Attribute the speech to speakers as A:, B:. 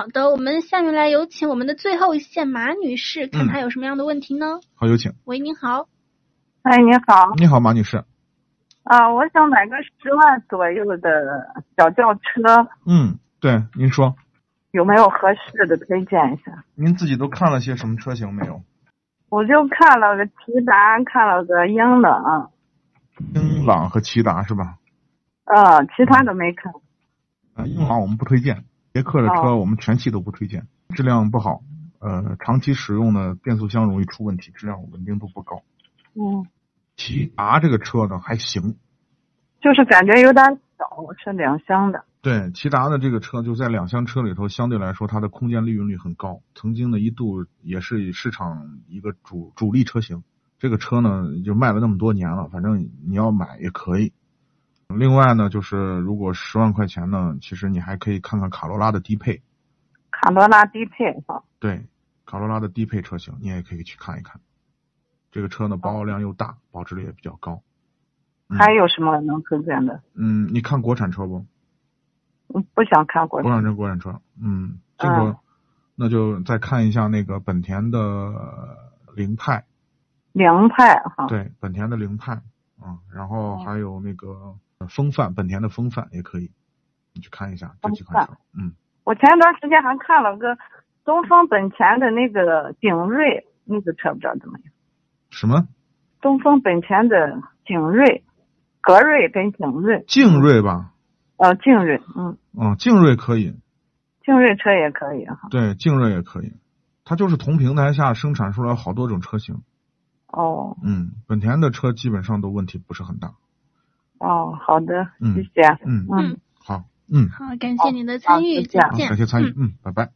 A: 好的，我们下面来有请我们的最后一线马女士，看
B: 嗯
A: 她有什么样的问题呢？
B: 好，有请。
A: 喂，您好，
C: 哎，你好
B: 你好，马女士。
C: 啊，我想买个十万左右的小轿车，
B: 嗯，对，您说，
C: 有没有合适的推荐一下？
B: 您自己都看了些什么车型没有？
C: 我就看了个骐达，看了个英朗，
B: 英朗和骐达是吧？
C: 呃，其他的没看。
B: 啊，英朗我们不推荐，别克的车
C: 哦
B: 我们全系都不推荐，质量不好，呃，长期使用呢变速箱容易出问题，质量稳定度不高。
C: 嗯，
B: 骐达这个车呢还行，
C: 就是感觉有点小，是两厢的。
B: 对，骐达的这个车就在两厢车里头，相对来说它的空间利用率很高，曾经呢一度也是市场一个主主力车型。这个车呢就卖了那么多年了，反正你要买也可以。另外呢，就是如果十万块钱呢，其实你还可以看看卡罗拉的低配，
C: 卡罗拉低配哈，
B: 对，卡罗拉的低配车型你也可以去看一看。这个车呢保有量又大，保值率也比较高。嗯
C: 还有什么能推荐的？
B: 嗯，你看国产车不？
C: 嗯，不想看国
B: 国
C: 产。
B: 产车，国产车，嗯，
A: 啊
B: 这个、
C: 嗯
B: 那就再看一下那个本田的呃凌派，
C: 凌派
A: 啊
C: 哈。
B: 对，本田的凌派啊、然后
C: 嗯
B: 还有那个呃风范，本田的风范也可以，你去看一下这几款车，嗯，
C: 我前段时间还看了个东风本田的那个景锐，那个车不知道怎么样。
B: 什么
C: 东风本田的景锐、格锐跟景锐，
B: 劲锐吧，
C: 呃，劲锐，嗯，
B: 嗯，劲锐可以，
C: 劲锐车也可以哈。
B: 对，劲锐也可以，它就是同平台下生产出来好多种车型，
C: 哦
B: 嗯，本田的车基本上都问题不是很大，
C: 哦，好的，
B: 嗯
C: 谢谢，
B: 嗯，
C: 嗯
A: 嗯
B: 好，嗯，
A: 好，感谢您的参与，
C: 好再见
B: 好，
A: 见，
B: 感谢参与
A: 嗯，
B: 嗯，拜拜。